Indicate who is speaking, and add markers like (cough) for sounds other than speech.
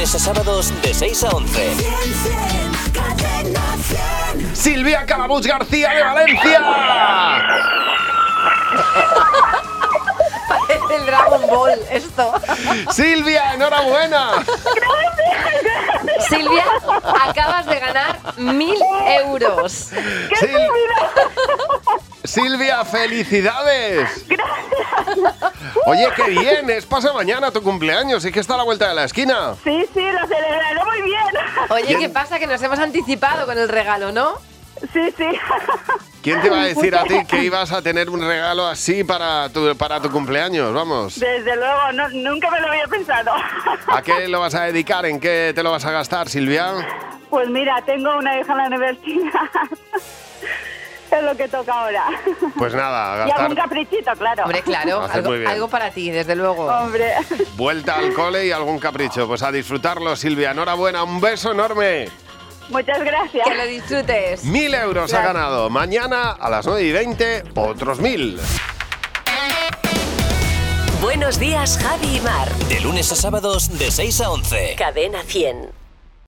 Speaker 1: a sábados de 6 a 11.
Speaker 2: Silvia Calabuch García de Valencia.
Speaker 3: Parece (laughs) el Dragon Ball esto.
Speaker 2: Silvia, enhorabuena.
Speaker 3: Silvia, acabas de ganar mil euros.
Speaker 2: Sil- Silvia, felicidades. Oye, qué bien, es pasa mañana tu cumpleaños, es que está a la vuelta de la esquina.
Speaker 4: Sí, sí, lo celebraré muy bien. (laughs)
Speaker 3: Oye, ¿qué pasa? Que nos hemos anticipado con el regalo, ¿no?
Speaker 4: Sí, (laughs) sí.
Speaker 2: ¿Quién te va a decir a ti que ibas a tener un regalo así para tu, para tu cumpleaños? Vamos.
Speaker 4: Desde luego, no- nunca me lo había pensado. (laughs)
Speaker 2: ¿A qué lo vas a dedicar? ¿En qué te lo vas a gastar, Silvia?
Speaker 4: Pues mira, tengo una hija en la universidad. (laughs) Es lo que toca ahora. (laughs)
Speaker 2: Pues nada, a
Speaker 4: Y hago un
Speaker 2: gastar
Speaker 4: caprichito, claro.
Speaker 3: Hombre, claro,
Speaker 2: Haces
Speaker 3: algo,
Speaker 2: muy bien.
Speaker 3: algo para ti, desde luego.
Speaker 4: Hombre. (laughs)
Speaker 2: vuelta al cole y algún capricho. Pues a disfrutarlo, Silvia. Enhorabuena, un beso enorme.
Speaker 4: Muchas gracias.
Speaker 3: Que lo disfrutes.
Speaker 2: Mil euros ha ganado. Mañana a las 9 y 20, otros mil.
Speaker 5: Buenos días, Javi y Mar.
Speaker 1: De lunes a sábados de 6 a 11.
Speaker 5: Cadena 100.